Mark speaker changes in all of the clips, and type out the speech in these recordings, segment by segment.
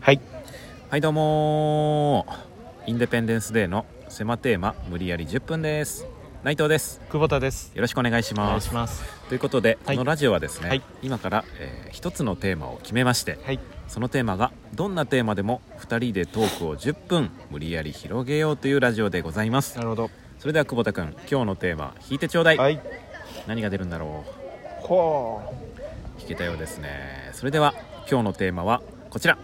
Speaker 1: はい
Speaker 2: はいどうもーインデペンデンスデーの狭テーマ無理やり10分です内藤です
Speaker 1: 久保田です
Speaker 2: よろしくお願いし
Speaker 1: お願
Speaker 2: ま
Speaker 1: い
Speaker 2: す
Speaker 1: します
Speaker 2: ということで、
Speaker 1: はい
Speaker 2: このラジオはですね、
Speaker 1: はい
Speaker 2: 今から、えー一つのテーマを決めまして
Speaker 1: はい
Speaker 2: そのテーマがどんなテーマでも2人でトークを10分無理やり広げようというラジオでございます
Speaker 1: なるほど
Speaker 2: それでは久保田君今日のテーマ引いてちょうだい、
Speaker 1: はい
Speaker 2: 何が出るんだろ
Speaker 1: ほ
Speaker 2: う引けたようですねそれでは今日のテーマはこちら
Speaker 1: う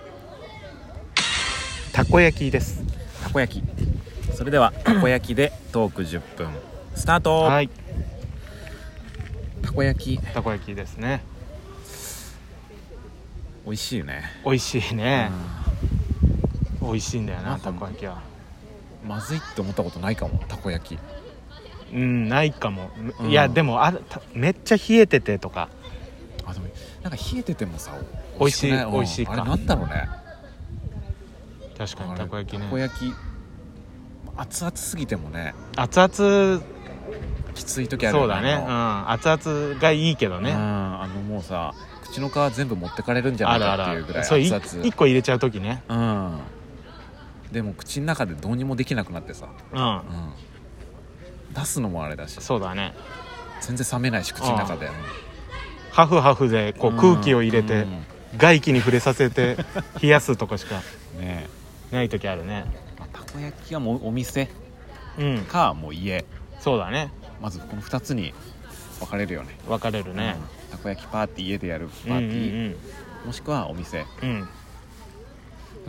Speaker 1: たこ焼きです
Speaker 2: たこ焼きそれではたこ焼きでトーク10分スタート、
Speaker 1: はい
Speaker 2: たこ焼き
Speaker 1: たこ焼きですね
Speaker 2: 美味しいよね、
Speaker 1: 美味しいね
Speaker 2: う
Speaker 1: 美味しいんだよ
Speaker 2: な
Speaker 1: なんた
Speaker 2: か
Speaker 1: こ焼きは
Speaker 2: んまずいって思ったことないかもたこ焼き
Speaker 1: うんないかもむ
Speaker 2: うん
Speaker 1: いやでもあるためっちゃ冷えててとか
Speaker 2: あでもなんか冷えててもさ
Speaker 1: 美味しい
Speaker 2: くな
Speaker 1: 美味しい
Speaker 2: うん
Speaker 1: か
Speaker 2: あれなんだろうね
Speaker 1: 確か
Speaker 2: あ
Speaker 1: に
Speaker 2: れ
Speaker 1: たこ焼き
Speaker 2: たこ
Speaker 1: ね
Speaker 2: 焼き熱々すぎてもね
Speaker 1: 熱々
Speaker 2: きつい時ある
Speaker 1: そ
Speaker 2: よ
Speaker 1: うだねう
Speaker 2: あ
Speaker 1: ん熱々がいいけど
Speaker 2: のうん
Speaker 1: ね
Speaker 2: あのもうさ口の皮全部持ってかれるんじゃな
Speaker 1: あ
Speaker 2: い
Speaker 1: る
Speaker 2: かっていうぐ
Speaker 1: あ
Speaker 2: ら
Speaker 1: る
Speaker 2: い
Speaker 1: そうい
Speaker 2: 熱
Speaker 1: 一個入れちゃう時ね
Speaker 2: 々うんでも口の中でどうにもできなくなってさ、
Speaker 1: うん
Speaker 2: うん、出すのもあれだし
Speaker 1: そうだね
Speaker 2: 全然冷めないし口の中で
Speaker 1: ハフハフでこう
Speaker 2: うん
Speaker 1: 空気を入れ
Speaker 2: う
Speaker 1: て
Speaker 2: ん
Speaker 1: 外気に触れさせて冷やすとかしか
Speaker 2: ね
Speaker 1: ない時あるね
Speaker 2: えまあたこ焼きはもうお店
Speaker 1: うん
Speaker 2: かもう家
Speaker 1: そうだね
Speaker 2: まずこの2つに分かれるよね
Speaker 1: 分かれるね
Speaker 2: うんたこ焼きパーティー家でやる
Speaker 1: うん
Speaker 2: パ
Speaker 1: う
Speaker 2: ー
Speaker 1: ん
Speaker 2: ティー、もしくはお店で
Speaker 1: うんうん
Speaker 2: も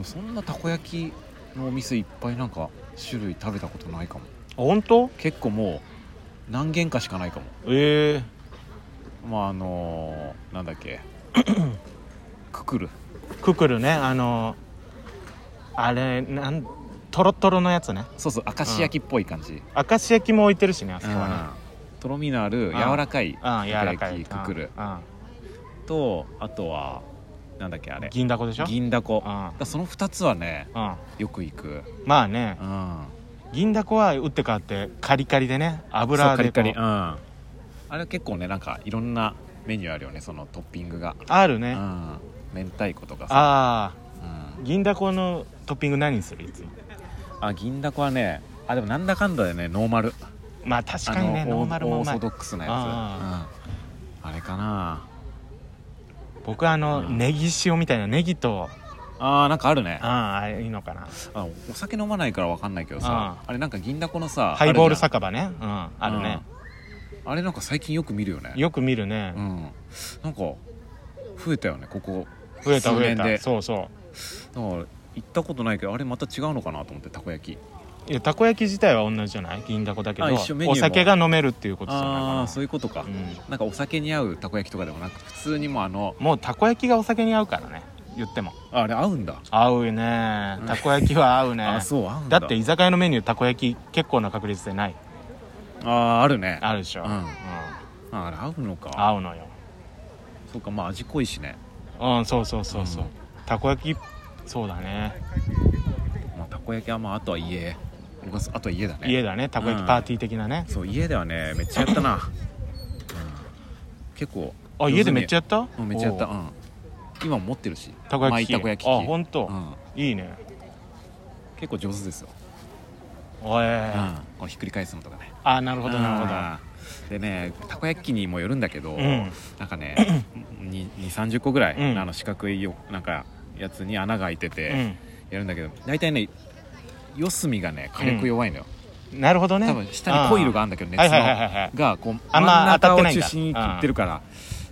Speaker 2: そんなたこ焼きのお店いっぱいなんか種類食べたことないかも
Speaker 1: 本当
Speaker 2: 結構もう何軒かしかないかも
Speaker 1: ええ
Speaker 2: まああのーなんだっ けククル
Speaker 1: ククルねあのあれなんトロトロのやつね
Speaker 2: そうそう明石焼きっぽい感じ、
Speaker 1: 明石焼きも置いてるしねあそこ
Speaker 2: うん
Speaker 1: は
Speaker 2: とろみのある柔らかい
Speaker 1: ねうん柔らかい
Speaker 2: たこ焼きククル
Speaker 1: うんうん
Speaker 2: とあとはなんだっけあれ
Speaker 1: 銀だこでしょ
Speaker 2: 銀だこ
Speaker 1: う
Speaker 2: だか
Speaker 1: ん
Speaker 2: らその2つはね
Speaker 1: うん
Speaker 2: よく行く
Speaker 1: まあね
Speaker 2: うん
Speaker 1: 銀だこは打って変わってカリカリでね
Speaker 2: そう
Speaker 1: 油
Speaker 2: カ
Speaker 1: で
Speaker 2: リ
Speaker 1: こう
Speaker 2: カリうんあれ結構ねなんかいろんなメニューあるよねそのトッピングが、
Speaker 1: ある
Speaker 2: う
Speaker 1: ねあ
Speaker 2: ん、明太子とかさ
Speaker 1: あ
Speaker 2: うん
Speaker 1: 銀だこのトッピング何にするいつも
Speaker 2: あ銀だこはねあでもなんだかんだでねノーマル
Speaker 1: まあ確かにね
Speaker 2: あの
Speaker 1: ノーマルもう
Speaker 2: オー
Speaker 1: ま
Speaker 2: ソ
Speaker 1: い
Speaker 2: ドックスなやつ
Speaker 1: あ
Speaker 2: うん、あれかな
Speaker 1: 僕はあの、
Speaker 2: うん
Speaker 1: ネギ塩みたいなネギと
Speaker 2: あーなんかあるね
Speaker 1: あああれいいのかな
Speaker 2: あお酒飲まないからわかんないけどさあれなんか銀だこのさ
Speaker 1: ハイボール
Speaker 2: ある
Speaker 1: 酒場ねうんあ
Speaker 2: じゃん
Speaker 1: るね、
Speaker 2: うんあれなんか最近よく見るよね
Speaker 1: よく見るね
Speaker 2: う、んなんか増えたよねここ
Speaker 1: 増えた
Speaker 2: 数
Speaker 1: 増え
Speaker 2: 年で
Speaker 1: たそうそ
Speaker 2: だから行ったことないけどあれまた違うのかなと思ってたこ
Speaker 1: う
Speaker 2: 焼き
Speaker 1: いやたこ焼き自体は同じじゃない銀だこだけど
Speaker 2: あ一緒メニューも
Speaker 1: お酒が飲めるっていうことじゃないか
Speaker 2: ああ
Speaker 1: な
Speaker 2: ーそういうことか、
Speaker 1: うん
Speaker 2: なんかお酒に合うたこ焼きとかでもなく普通にもうあの
Speaker 1: もうたこ焼きがお酒に合うからね言っても
Speaker 2: ああれ合うんだ、
Speaker 1: 合うねたこ焼きは合うね
Speaker 2: あそう合うん
Speaker 1: だ
Speaker 2: だ
Speaker 1: って居酒屋のメニューたこ焼き結構な確率でない
Speaker 2: あああるねあ
Speaker 1: あるでしょ、
Speaker 2: うん
Speaker 1: うん、
Speaker 2: あれ合うのか
Speaker 1: 合うのよ
Speaker 2: そうかまあ味濃いしね、
Speaker 1: うんそうそうそうそう、
Speaker 2: うん
Speaker 1: たこ焼きそうだね
Speaker 2: まあ、たこ焼きはまああとは家僕はあとは家だね
Speaker 1: 家だねたこ焼きパーティー的なね、
Speaker 2: そう家ではねめっちゃやったな、うん結構
Speaker 1: あ家でめっちゃ
Speaker 2: ゃ
Speaker 1: やった
Speaker 2: うんめっちゃやったう
Speaker 1: おうん
Speaker 2: 今も持ってるした
Speaker 1: こ焼き器
Speaker 2: たこ焼き器
Speaker 1: あ本当、
Speaker 2: うん、
Speaker 1: いいね
Speaker 2: 結構上手ですよ、
Speaker 1: おい、
Speaker 2: うん
Speaker 1: あ、
Speaker 2: このひっくり返すのとかね
Speaker 1: あなるほどなるほど
Speaker 2: ほどでねたこ焼き器にもよるんだけど、
Speaker 1: うん
Speaker 2: なん かね2 3 0個ぐらい、
Speaker 1: うん
Speaker 2: あの四角いよなんかやつに穴が開いててやるんだけど、大体ね四隅がね火力弱いのよ、
Speaker 1: うんなるほどね
Speaker 2: 多分下にコイルがあるんだけど熱の、
Speaker 1: はいはいはいはい
Speaker 2: がこう
Speaker 1: あんま
Speaker 2: 真ん中
Speaker 1: 当たって
Speaker 2: を
Speaker 1: ないん
Speaker 2: 中
Speaker 1: だ
Speaker 2: 心に切ってるからだか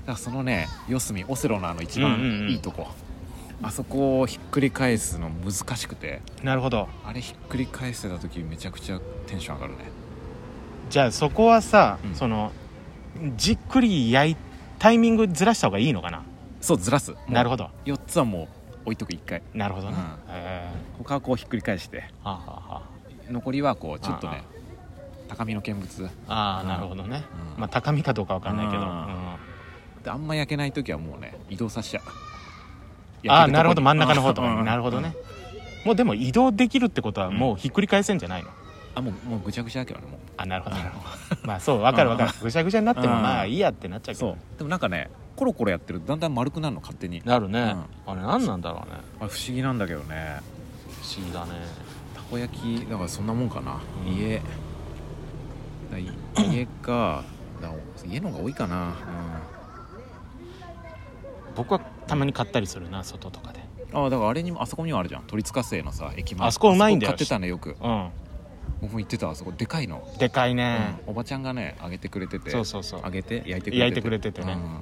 Speaker 2: らそのね四隅オセロのあの一
Speaker 1: うんうんう
Speaker 2: 番
Speaker 1: ん
Speaker 2: いいとこ、あそこをひっくり返すの難しくて
Speaker 1: なるほど
Speaker 2: あれひっくり返せた時めちゃくちゃテンション上がるね
Speaker 1: じゃあそこはさ、
Speaker 2: うん
Speaker 1: そのじっくり焼いタイミングずらした方がいいのかな
Speaker 2: そうずらす
Speaker 1: なるほ
Speaker 2: ど
Speaker 1: ど
Speaker 2: 4つはもう置いとく1回
Speaker 1: なるほどね、
Speaker 2: う
Speaker 1: うんえ
Speaker 2: 他はこうひっくり返し
Speaker 1: ー、
Speaker 2: て
Speaker 1: はあはあは
Speaker 2: 残りはこうちょっと
Speaker 1: あ
Speaker 2: ね
Speaker 1: あ
Speaker 2: 高みの見物
Speaker 1: ああーなるほどね、
Speaker 2: うん
Speaker 1: まあ高みかどうかわかんないけど、
Speaker 2: うん
Speaker 1: うん
Speaker 2: であんま焼けない時はもうね移動させちゃう
Speaker 1: ああ
Speaker 2: 焼けとこに
Speaker 1: なるほど真ん中の方とか
Speaker 2: うん
Speaker 1: になるほどねもうでも移動できるってことはもうひっくり返せんじゃないの
Speaker 2: あもうもうぐちゃぐちゃだけどねもう
Speaker 1: あなるほどなるほど まあそうわかるわかるぐしゃぐしゃになっても
Speaker 2: うん
Speaker 1: まあいいやってなっちゃうけ
Speaker 2: そ
Speaker 1: ど
Speaker 2: うでもなんかねコロコロやってるとだんだん丸くなるの勝手に
Speaker 1: なるね、あれ何なんだろうね
Speaker 2: あ不思議なんだけどね
Speaker 1: 不思議だね
Speaker 2: たこ焼きだからそんなもんかな、
Speaker 1: うん
Speaker 2: 家だい家かだ家の方が多いかな、
Speaker 1: 僕はたまに買ったりするな外とかで
Speaker 2: うん、あだからあれにもあそこにもあるじゃん都立火星のさ駅前
Speaker 1: あそこうまいんだよ
Speaker 2: あそこ買ってたねよく
Speaker 1: う
Speaker 2: 僕も行ってたあそこでかいの、
Speaker 1: んでかい
Speaker 2: うん
Speaker 1: ね、
Speaker 2: おばちゃんがねあげてくれてて
Speaker 1: そうそうそう
Speaker 2: あげて焼いてくれて
Speaker 1: 焼いてくれててね
Speaker 2: うん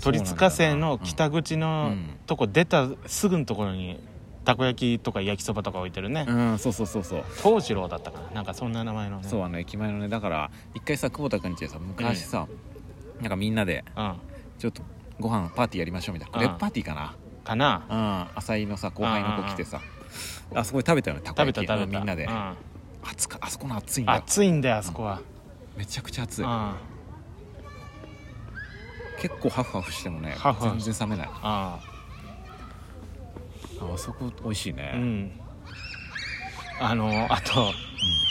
Speaker 1: 都立火星の
Speaker 2: そうなんだよな
Speaker 1: 北口
Speaker 2: う
Speaker 1: の
Speaker 2: ん
Speaker 1: とこ出たすぐのところにたこ焼きとか焼きそばとか置いてるね
Speaker 2: うん、そうそうそうそう
Speaker 1: 東次郎だったかななんかそんな名前のね
Speaker 2: そううあの駅前のねだから一回さ久保田君ちでさ昔さ、なんかみんなで
Speaker 1: ん
Speaker 2: ちょっとご飯パーティーやりましょうみたい
Speaker 1: う
Speaker 2: な
Speaker 1: ん
Speaker 2: クレープパーティーかな
Speaker 1: かな
Speaker 2: うん浅井のさ後輩の子来てさあそこで食べたよねたこ
Speaker 1: 食べ
Speaker 2: 焼
Speaker 1: た食
Speaker 2: き
Speaker 1: べた
Speaker 2: みんなで、
Speaker 1: うん
Speaker 2: 暑かあそこの暑いんだよ
Speaker 1: 暑いんだよあそこは
Speaker 2: めちゃくちゃ暑
Speaker 1: う
Speaker 2: い
Speaker 1: んあ
Speaker 2: 結構ハフハフしてもね
Speaker 1: ハフハフ
Speaker 2: 全然冷めない
Speaker 1: あ
Speaker 2: ああそこ美味しいうね、
Speaker 1: んあのあと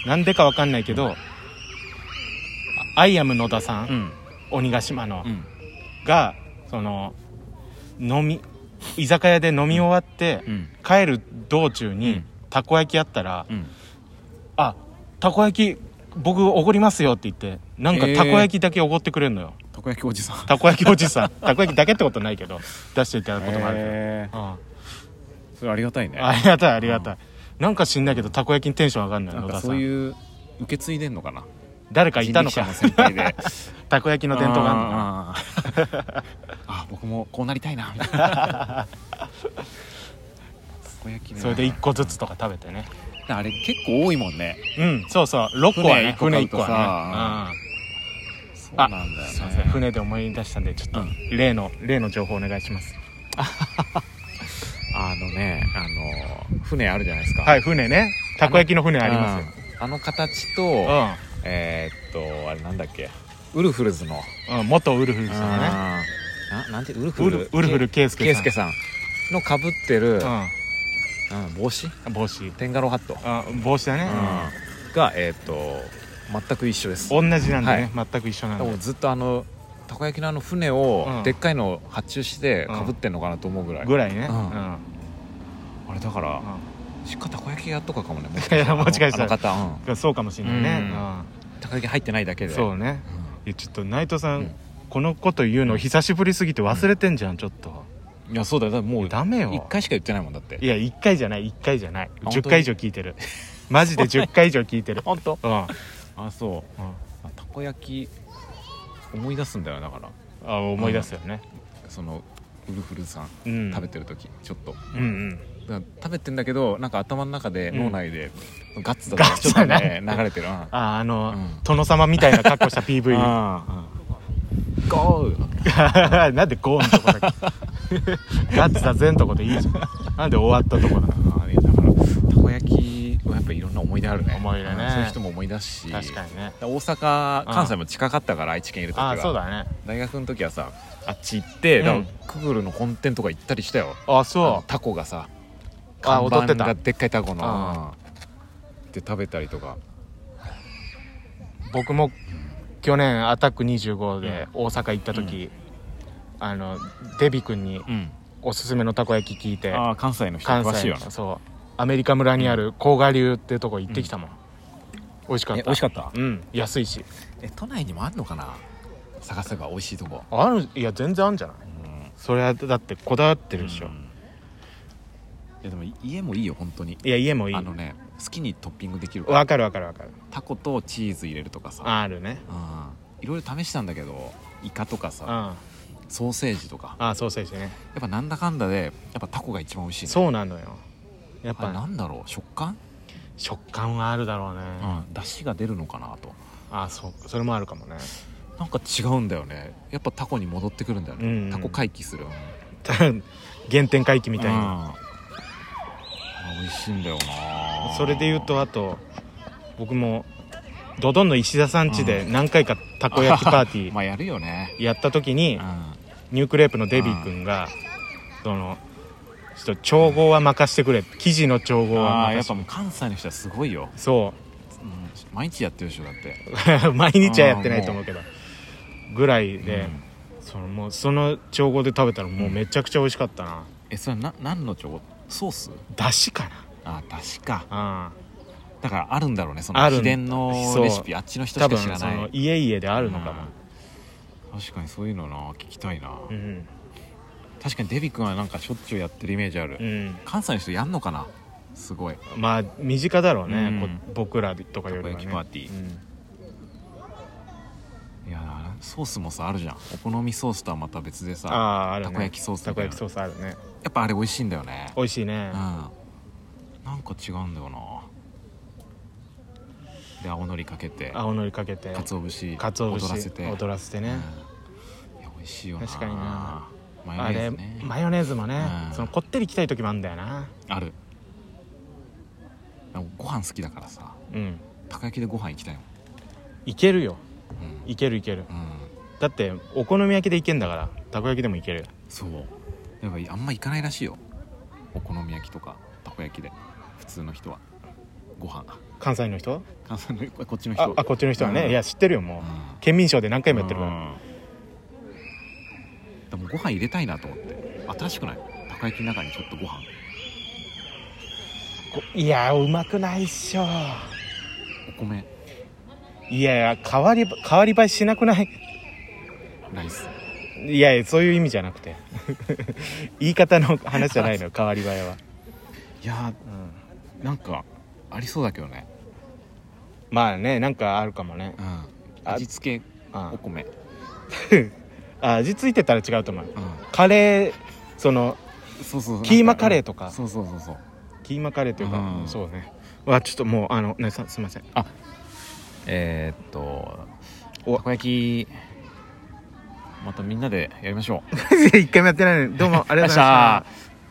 Speaker 1: なんでかわかんないけどあアイアム野田さん、
Speaker 2: ん
Speaker 1: 鬼ヶ島の、
Speaker 2: うん
Speaker 1: がその飲み居酒屋で飲み終わって、
Speaker 2: うん
Speaker 1: 帰る道中に、
Speaker 2: うん
Speaker 1: たこ焼きあったら「
Speaker 2: うん
Speaker 1: あたこ焼き僕おごりますよ」って言ってなんか
Speaker 2: へー
Speaker 1: たこ焼きだけおごってくれるのよ、
Speaker 2: たこ焼きお じさん
Speaker 1: たこ焼きおじさんたこ焼きだけってことないけど出していただくこともあるけど、
Speaker 2: へえ
Speaker 1: うん
Speaker 2: それありがたいね
Speaker 1: ありがたいありがたい、なんか知んないけどたこ焼きにテンション上がんない
Speaker 2: なん
Speaker 1: 野田
Speaker 2: か
Speaker 1: さ
Speaker 2: そ
Speaker 1: ん
Speaker 2: ういう受け継いでんのかな
Speaker 1: 誰かいたの
Speaker 2: 人
Speaker 1: か
Speaker 2: 力車の先輩で
Speaker 1: たこ焼きの伝統があるのかな
Speaker 2: あーあーあ僕もこうなりた いなみたいなたこ焼きね
Speaker 1: それで1個ずつとか食べてね
Speaker 2: あれ結構多いもんね
Speaker 1: うんそうそう6個はね船
Speaker 2: 船一
Speaker 1: 1個
Speaker 2: 個買うとさ
Speaker 1: はね
Speaker 2: そう
Speaker 1: あ
Speaker 2: なんだよ
Speaker 1: う
Speaker 2: ね
Speaker 1: んすいません船で思い出したんでちょっと例の例の情報お願いします
Speaker 2: あのねあの船あるじゃないですか
Speaker 1: はい船ねたこ焼きの船ありますよ
Speaker 2: うんあの形と、
Speaker 1: う
Speaker 2: えーっとあれなんだっけウルフルズの
Speaker 1: ん、うん、元ウルフル
Speaker 2: うん
Speaker 1: ズのね
Speaker 2: ななんてウル
Speaker 1: ウル
Speaker 2: フル
Speaker 1: ウルフル圭
Speaker 2: ケ
Speaker 1: 介
Speaker 2: イ
Speaker 1: さ
Speaker 2: ス
Speaker 1: ん
Speaker 2: ケさんのかぶってる、うん帽子
Speaker 1: うん、帽子
Speaker 2: テンガローハット、
Speaker 1: あ帽子だね、
Speaker 2: うんがえーっと全く一緒です
Speaker 1: 同じなんでね、全く一緒なん
Speaker 2: で
Speaker 1: で
Speaker 2: もずっとあのたこ焼きのあの船を、
Speaker 1: うん
Speaker 2: でっかいのを発注してかぶってんのかなと思うぐらい、
Speaker 1: ぐらいね、
Speaker 2: う
Speaker 1: うんんうん
Speaker 2: あれだから実家たこ焼き屋とかかもねもし
Speaker 1: いやもしかしたら
Speaker 2: あの方、うん
Speaker 1: うんそうかもしれないね、
Speaker 2: うんたこ焼き入ってないだけ
Speaker 1: うん
Speaker 2: で
Speaker 1: そう
Speaker 2: う、
Speaker 1: ねいやちょっと内藤さん、
Speaker 2: うん
Speaker 1: このこと言うの久しぶりすぎて忘れてんじゃんちょっと
Speaker 2: ん、いやそうだよだからもう
Speaker 1: ダメよ
Speaker 2: 1回しか言ってないもんだって
Speaker 1: いや1回じゃない1回じゃない
Speaker 2: 本当に
Speaker 1: 10回以上聞いて るマジで10回以上聞いてる
Speaker 2: 本当
Speaker 1: うん、うん、
Speaker 2: あそうあたこ焼き思い出すんだよだから
Speaker 1: あ思い出すよね、
Speaker 2: そのウルフルズさん
Speaker 1: うん、
Speaker 2: 食べてる時ちょっと、
Speaker 1: うんうん
Speaker 2: だから食べてんだけどなんか頭の中で
Speaker 1: うん
Speaker 2: 脳内で、ガッツだと
Speaker 1: ガ
Speaker 2: か
Speaker 1: ッ
Speaker 2: ちょ
Speaker 1: ツ
Speaker 2: っと
Speaker 1: だね
Speaker 2: ね流れてるな
Speaker 1: ああの、
Speaker 2: うん
Speaker 1: 殿様みたいな格好した PV
Speaker 2: ゴ ー
Speaker 1: なんでゴーンとこだけ ガッツだぜんとこでいいじゃんなんで終わったとこだ
Speaker 2: あーいやだからたこ焼きはやっぱいろんな思い出あるね
Speaker 1: 思い出ね
Speaker 2: うんそういう人も思い出すし
Speaker 1: 確かにね
Speaker 2: 大阪関西も近かったから愛知県いる時は
Speaker 1: ああそうだね
Speaker 2: 大学の時はさあっち行って、だから
Speaker 1: うん
Speaker 2: クグルの本店とか行ったりしたよ
Speaker 1: あ
Speaker 2: あの
Speaker 1: そ
Speaker 2: タコがさ
Speaker 1: あ踊ってた
Speaker 2: がでっかいタコ
Speaker 1: あ
Speaker 2: ので食べたりとか
Speaker 1: う僕も去年「アタック25」で大阪行った時、あのデビ君に
Speaker 2: うん
Speaker 1: おすすめのたこ焼き聞いて
Speaker 2: ああ関西の人
Speaker 1: 関
Speaker 2: 詳し
Speaker 1: 西
Speaker 2: いよ
Speaker 1: のそうアメリカ村にある甲賀流ってとこ行ってきたもん、美味しか
Speaker 2: な
Speaker 1: っ
Speaker 2: え
Speaker 1: た
Speaker 2: 美味しかった
Speaker 1: うん安いし
Speaker 2: え都内にもあるのかな探せば美味しいとこ
Speaker 1: あるいや全然あるんじゃない
Speaker 2: うん
Speaker 1: それはだってこだわってるでしょ、
Speaker 2: うんいやでも家もいいよ本当に
Speaker 1: いや家もいい
Speaker 2: あのね好きにトッピングできるから
Speaker 1: わかるわかるわかる
Speaker 2: タコとチーズ入れるとかさ
Speaker 1: あるね
Speaker 2: うんいろいろ試したんだけどイカとか
Speaker 1: う
Speaker 2: さ
Speaker 1: ん
Speaker 2: ソーセージとかや
Speaker 1: あソーセージね
Speaker 2: っぱなんだかんだでやっぱタコが一番美味しいね
Speaker 1: そうなのよやっ
Speaker 2: あれな
Speaker 1: ぱ
Speaker 2: んだろう食感
Speaker 1: 食感はあるだろうね、
Speaker 2: うん出汁が出るのかなと
Speaker 1: あそうそれもあるかも ね
Speaker 2: なんか違うんだよねやっぱタコに戻ってくるんだよね、
Speaker 1: うんうん
Speaker 2: タコ回帰する
Speaker 1: 原点回帰み
Speaker 2: み
Speaker 1: たいな、
Speaker 2: 美味しいんだよな
Speaker 1: それで言うとあと僕もドドンの石田さん家で何回かたこ焼きパーテ ィ
Speaker 2: まあやるよね
Speaker 1: ーやった時に
Speaker 2: うん
Speaker 1: ニュークレープのデビー君がそのちょっと調合は任してくれ記事の調合
Speaker 2: あ
Speaker 1: は
Speaker 2: あや
Speaker 1: 任
Speaker 2: っ
Speaker 1: せ
Speaker 2: ぱもう関西の人はすごいよ、
Speaker 1: そ
Speaker 2: うん毎日やってるでしょだって
Speaker 1: う 毎日はやってないと思うけどぐらいで、
Speaker 2: うん
Speaker 1: そのもうその調合で食べたらもうめちゃくちゃ美味しかったな、
Speaker 2: えそれはな何の調合ソース
Speaker 1: だしか
Speaker 2: ああ確か
Speaker 1: な
Speaker 2: だからあるんだろうねそ
Speaker 1: ある
Speaker 2: の
Speaker 1: ん
Speaker 2: 秘伝の
Speaker 1: そう
Speaker 2: レシピあっちの人
Speaker 1: 多分
Speaker 2: しか知ら
Speaker 1: そ
Speaker 2: ない
Speaker 1: の家々であるのかも、
Speaker 2: うん確かにそういうのな聞きたいな、
Speaker 1: うん
Speaker 2: 確かにデビ君はなんかしょっちゅうやってるイメージある、
Speaker 1: うん、
Speaker 2: 関西の人やんのかなすごい
Speaker 1: まあ身近だろうね、
Speaker 2: うん
Speaker 1: こ僕らとかよりは、ね、
Speaker 2: たこ焼きパーティー
Speaker 1: うん
Speaker 2: いやなソースもさあるじゃんお好みソースとはまた別でさ
Speaker 1: ああーあるね
Speaker 2: たこ焼きソースみた
Speaker 1: た
Speaker 2: いな
Speaker 1: こ焼きソースあるね
Speaker 2: やっぱあれ美味しいんだよね
Speaker 1: 美味しいね
Speaker 2: うん、なんか違うんだよなで青のりかけて
Speaker 1: 青のりかけて
Speaker 2: 鰹節
Speaker 1: 鰹節
Speaker 2: 踊らせて
Speaker 1: 踊らせて
Speaker 2: う
Speaker 1: ね
Speaker 2: ん、いや美味しいよな
Speaker 1: 確かにな
Speaker 2: マ
Speaker 1: あ
Speaker 2: ヨネ
Speaker 1: れ
Speaker 2: ーズね
Speaker 1: マヨネーズもね
Speaker 2: うん
Speaker 1: そのこってりきたい時もあるんだよな
Speaker 2: あるでもご飯好きだからさ
Speaker 1: うん
Speaker 2: たこ焼きでご飯行きたいも
Speaker 1: いけるよ
Speaker 2: んうん、
Speaker 1: いけるいける
Speaker 2: うん、
Speaker 1: だってお好み焼きでいけんだからたこ焼きでもいける
Speaker 2: そうやっぱあんま行かないらしいよお好み焼きとかたこ焼きで普通の人はご飯
Speaker 1: 関西の人
Speaker 2: 関西のこっちの人
Speaker 1: ああこっちの人はね、
Speaker 2: うん
Speaker 1: いや知ってるよもう、
Speaker 2: うん
Speaker 1: 県民賞で何回もやってるから、
Speaker 2: うんでもご飯入れたいなと思って新しくないたこ焼きの中にちょっとご飯
Speaker 1: こいやーうまくないっしょ
Speaker 2: お米
Speaker 1: いやいや変わり変わり映えしなくない
Speaker 2: ライス
Speaker 1: いやいやそういう意味じゃなくて 言い方の話じゃないのよ変わり映えは、
Speaker 2: いやーなんかありそうだけどね、
Speaker 1: まあねなんかあるかもね
Speaker 2: う、ん、
Speaker 1: あ
Speaker 2: 味付け
Speaker 1: うん
Speaker 2: お米、
Speaker 1: あ味付いてたら違うと思う
Speaker 2: う
Speaker 1: カレーその
Speaker 2: ん、そうそう
Speaker 1: キーマカレーとか
Speaker 2: そうそうそうそう
Speaker 1: キーマカレーというか、
Speaker 2: うん
Speaker 1: そうねわちょっともうあのねさ すいません
Speaker 2: えー、っと
Speaker 1: お
Speaker 2: たこ焼きまたみんなでやりましょう
Speaker 1: 一回もやってないのにどうもありがとうございました
Speaker 2: ありがとうございました